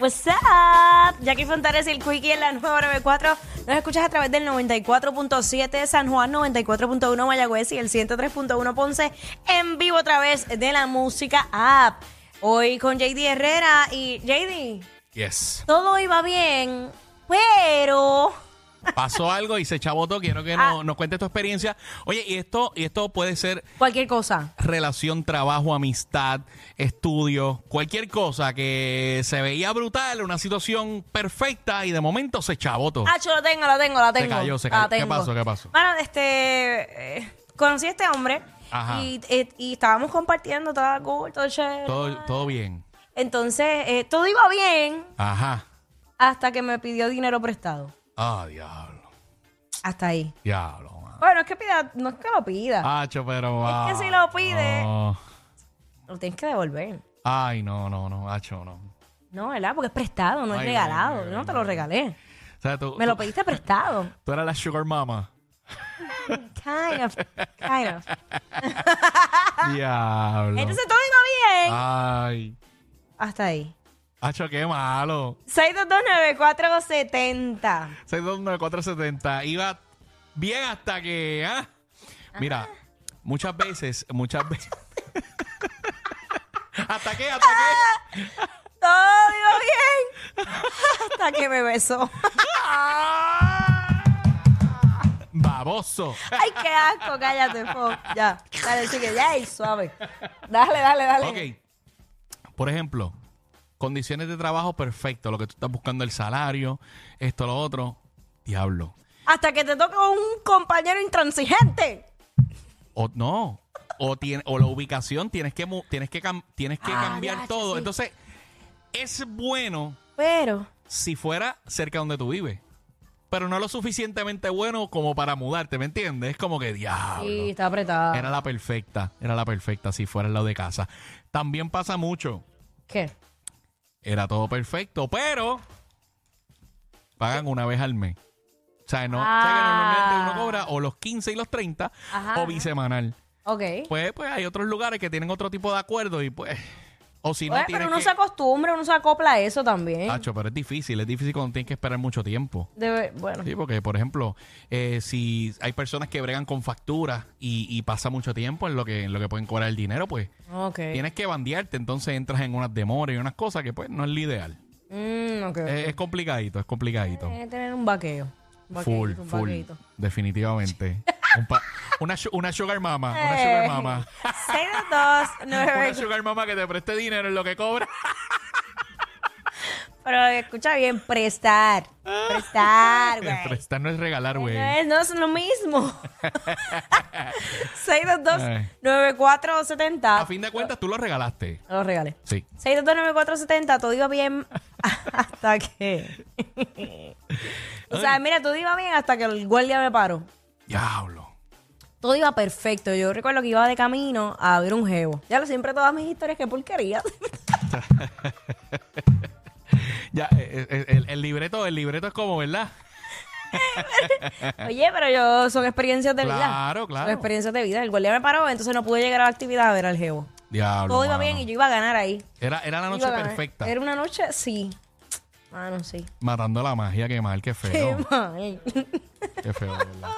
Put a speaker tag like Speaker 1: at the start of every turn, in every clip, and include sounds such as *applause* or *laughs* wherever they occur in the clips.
Speaker 1: What's up? Jackie Fontanes y el Quickie en la 994. Nos escuchas a través del 94.7 de San Juan, 94.1 Mayagüez y el 103.1 Ponce en vivo a través de la música app. Hoy con JD Herrera y JD,
Speaker 2: Yes.
Speaker 1: todo iba bien, pero
Speaker 2: Pasó algo y se chabotó. Quiero que
Speaker 1: Ah.
Speaker 2: no- nos cuentes tu experiencia. Oye, y esto, y esto puede ser
Speaker 1: cualquier cosa.
Speaker 2: relación, trabajo, amistad, estudio, cualquier cosa que se veía brutal, una situación perfecta y de momento se chabotó.
Speaker 1: Ah, yo lo tengo, lo tengo, lo
Speaker 2: Oh. Se
Speaker 1: tengo.
Speaker 2: cayó, se
Speaker 1: La
Speaker 2: cayó. ¿Qué
Speaker 1: tengo.
Speaker 2: pasó, qué pasó?
Speaker 1: Bueno, este. eh, conocí a este hombre.
Speaker 2: Ajá.
Speaker 1: Y, eh, y estábamos compartiendo, todo cool, todo chévere.
Speaker 2: Todo, todo bien.
Speaker 1: Entonces, eh, todo iba bien
Speaker 2: Ajá.
Speaker 1: hasta que me pidió dinero prestado.
Speaker 2: Ah, diablo.
Speaker 1: Hasta ahí.
Speaker 2: Diablo, man.
Speaker 1: Bueno, es que pida, no es que lo pida.
Speaker 2: Hacho, pero.
Speaker 1: Es que si
Speaker 2: ah,
Speaker 1: lo pide-
Speaker 2: no.
Speaker 1: Lo tienes que devolver.
Speaker 2: Ay, no, no, no, Hacho, no.
Speaker 1: No, ¿verdad? Porque es prestado, no es
Speaker 2: Ay,
Speaker 1: regalado.
Speaker 2: ay, ay,
Speaker 1: Yo no te lo regalé.
Speaker 2: O sea, tú,
Speaker 1: Me lo
Speaker 2: tú-
Speaker 1: pediste prestado.
Speaker 2: tú eras la Sugar Mama.
Speaker 1: *laughs*
Speaker 2: *laughs*
Speaker 1: Kind of. Kind of. *laughs*
Speaker 2: Diablo.
Speaker 1: Entonces todo iba bien.
Speaker 2: Ay.
Speaker 1: Hasta ahí.
Speaker 2: Hacho, qué malo.
Speaker 1: 6229470.
Speaker 2: 629-470. Iba bien hasta que. ¿ah? Mira, muchas veces, muchas veces. *laughs* ¿Hasta qué? ¿Hasta qué?
Speaker 1: Todo iba bien. *laughs* Hasta que me besó. *laughs*
Speaker 2: *laughs* Baboso.
Speaker 1: Ay, qué asco, cállate, po. Ya, dale, sigue, ya, y suave. Dale, dale, dale.
Speaker 2: Ok. Por ejemplo, condiciones de trabajo perfecto. Lo que tú estás buscando, el salario, esto, lo otro. Diablo.
Speaker 1: Hasta que te toque un compañero intransigente.
Speaker 2: O no. O, tiene, o la ubicación, tienes que, mu- tienes que, cam- tienes que
Speaker 1: Ah,
Speaker 2: cambiar
Speaker 1: ya,
Speaker 2: todo.
Speaker 1: sí.
Speaker 2: Entonces, es bueno
Speaker 1: Pero,
Speaker 2: si fuera cerca donde tú vives. Pero no lo suficientemente bueno como para mudarte, ¿me entiendes? Es como que diablo.
Speaker 1: sí, está apretado.
Speaker 2: Era la perfecta, era la perfecta si fuera al lado de casa. También pasa mucho.
Speaker 1: ¿Qué?
Speaker 2: Era todo perfecto, pero pagan una vez al mes. O sea, no, o sea, que
Speaker 1: Ah.
Speaker 2: normalmente uno cobra o los 15 y los 30
Speaker 1: Ajá,
Speaker 2: o bisemanal.
Speaker 1: Ok.
Speaker 2: Pues, pues hay otros lugares que tienen otro tipo de acuerdo y pues. O si no
Speaker 1: Oye, Pues,
Speaker 2: tienes
Speaker 1: pero uno
Speaker 2: que- Ah,
Speaker 1: se acostumbra, uno se acopla a eso también.
Speaker 2: Tacho, pero es difícil, es difícil cuando tienes que esperar mucho tiempo.
Speaker 1: Debe- bueno,
Speaker 2: Sí, porque, por ejemplo, eh, si hay personas que bregan con facturas y, y pasa mucho tiempo en lo que en lo que pueden cobrar el dinero, pues
Speaker 1: ok.
Speaker 2: tienes que bandearte, entonces entras en unas demoras y unas cosas que pues no es lo ideal.
Speaker 1: Mm, ok.
Speaker 2: Es, es complicadito, es complicadito.
Speaker 1: Tiene que tener un vaqueo. Eh, Un vaqueíto,
Speaker 2: full,
Speaker 1: un
Speaker 2: full,
Speaker 1: vaqueíto.
Speaker 2: definitivamente. Un pa- una, su- una sugar mama, una
Speaker 1: Eh.
Speaker 2: sugar mama. *laughs*
Speaker 1: 6229470.
Speaker 2: Una sugar mama que te preste dinero en lo que cobra.
Speaker 1: Pero escucha bien, prestar.
Speaker 2: *laughs*
Speaker 1: Prestar, güey.
Speaker 2: Prestar no es regalar,
Speaker 1: No
Speaker 2: güey.
Speaker 1: es, no es lo
Speaker 2: *laughs*
Speaker 1: mismo. *laughs*
Speaker 2: Ay.
Speaker 1: 622-9470.
Speaker 2: A fin de cuentas, tú lo regalaste.
Speaker 1: Lo regalé.
Speaker 2: Sí.
Speaker 1: 622-9470, todo iba bien *laughs* hasta que. o sea, mira, todo iba bien hasta que el guardia me paró.
Speaker 2: Diablo.
Speaker 1: Todo iba perfecto. Yo recuerdo que iba de camino a ver un jevo. Ya lo siempre todas mis historias, qué
Speaker 2: *laughs*
Speaker 1: porquería.
Speaker 2: Ya, eh, eh, el, el libreto, el libreto es como, ¿verdad?
Speaker 1: Oye, pero yo son experiencias de vida.
Speaker 2: Claro, claro.
Speaker 1: Son experiencias de vida. El guardia me paró, entonces no pude llegar a la actividad a ver al jevo.
Speaker 2: Diablo.
Speaker 1: Todo iba
Speaker 2: mano.
Speaker 1: bien y yo iba a ganar ahí.
Speaker 2: Era, era la noche
Speaker 1: Iba a ganar.
Speaker 2: perfecta.
Speaker 1: Era una noche, sí. Mano, sí.
Speaker 2: Matando la magia, qué mal, qué
Speaker 1: Qué
Speaker 2: feo.
Speaker 1: *laughs* mal.
Speaker 2: qué feo, de
Speaker 1: *laughs*
Speaker 2: ¿verdad?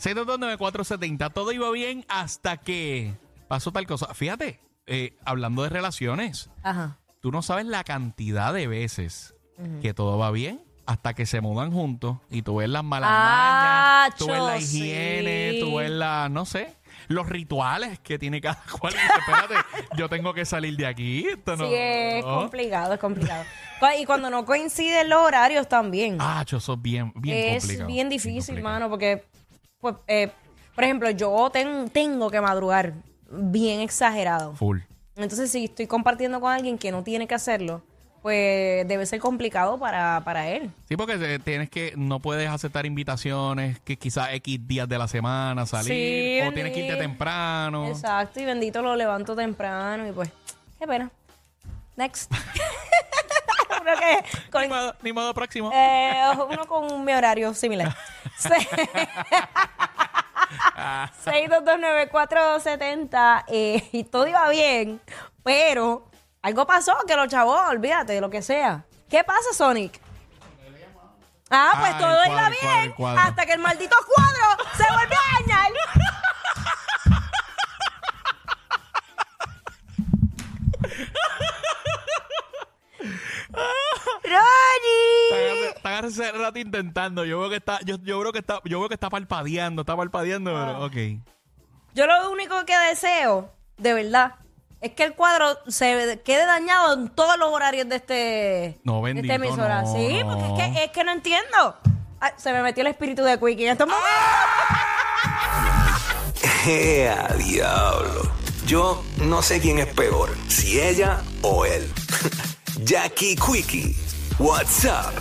Speaker 2: 6229470. Todo iba bien hasta que pasó tal cosa. Fíjate, eh, hablando de relaciones,
Speaker 1: Ajá.
Speaker 2: tú no sabes la cantidad de veces que todo va bien hasta que se mudan juntos y tú ves las malas
Speaker 1: Ah,
Speaker 2: mañas, tú ves la
Speaker 1: cho, sí.
Speaker 2: higiene, tú ves la, no sé, los rituales que tiene cada *laughs* cual. Y dices, Espérate, yo tengo que salir de aquí. Esto no, Oh.
Speaker 1: Sí, es
Speaker 2: no".
Speaker 1: complicado, es complicado. Cu- y cuando no coinciden los horarios también.
Speaker 2: Ah, cho, eso es bien, bien
Speaker 1: es
Speaker 2: complicado.
Speaker 1: bien difícil,
Speaker 2: complicado.
Speaker 1: mano, porque, pues, eh, por ejemplo, yo ten- tengo que madrugar bien exagerado.
Speaker 2: Full.
Speaker 1: Entonces, si estoy compartiendo con alguien que no tiene que hacerlo, pues debe ser complicado para, para él.
Speaker 2: Sí, porque eh, tienes que, no puedes aceptar invitaciones que quizás X días de la semana salir.
Speaker 1: Sí,
Speaker 2: o tienes que irte
Speaker 1: venir.
Speaker 2: temprano.
Speaker 1: Exacto, y bendito lo levanto temprano y pues, qué pena. Next. *laughs* Uno que- con-
Speaker 2: Ni modo, ni modo próximo.
Speaker 1: eh, uno con mi horario similar. Se- 6229470 eh, y todo iba bien, pero algo pasó que los chavos, olvídate, lo que sea. ¿Qué pasa, Sonic? Ah, pues
Speaker 2: Ah, el
Speaker 1: todo iba
Speaker 2: cuadro, el
Speaker 1: bien
Speaker 2: cuadro, el cuadro.
Speaker 1: hasta que el maldito cuadro se volvió a dañar. ¡Ronnie!
Speaker 2: Está agarra ese rato intentando. Yo veo que está, yo, yo creo que está, yo veo que está palpadeando, está palpadeando, pero ok.
Speaker 1: Yo lo único que deseo, de verdad, es que el cuadro se quede dañado en todos los horarios de este,
Speaker 2: No,
Speaker 1: de
Speaker 2: bendito,
Speaker 1: esta emisora.
Speaker 2: no,
Speaker 1: sí,
Speaker 2: no.
Speaker 1: porque es que, es que no entiendo. Ay, se me metió el espíritu de Quickie. Ya
Speaker 2: ¡Ah!
Speaker 1: estamos.
Speaker 3: *laughs* ¡Ea, diablo! Yo no sé quién es *laughs* peor, si ella o él. Jackie Quickie, WhatsApp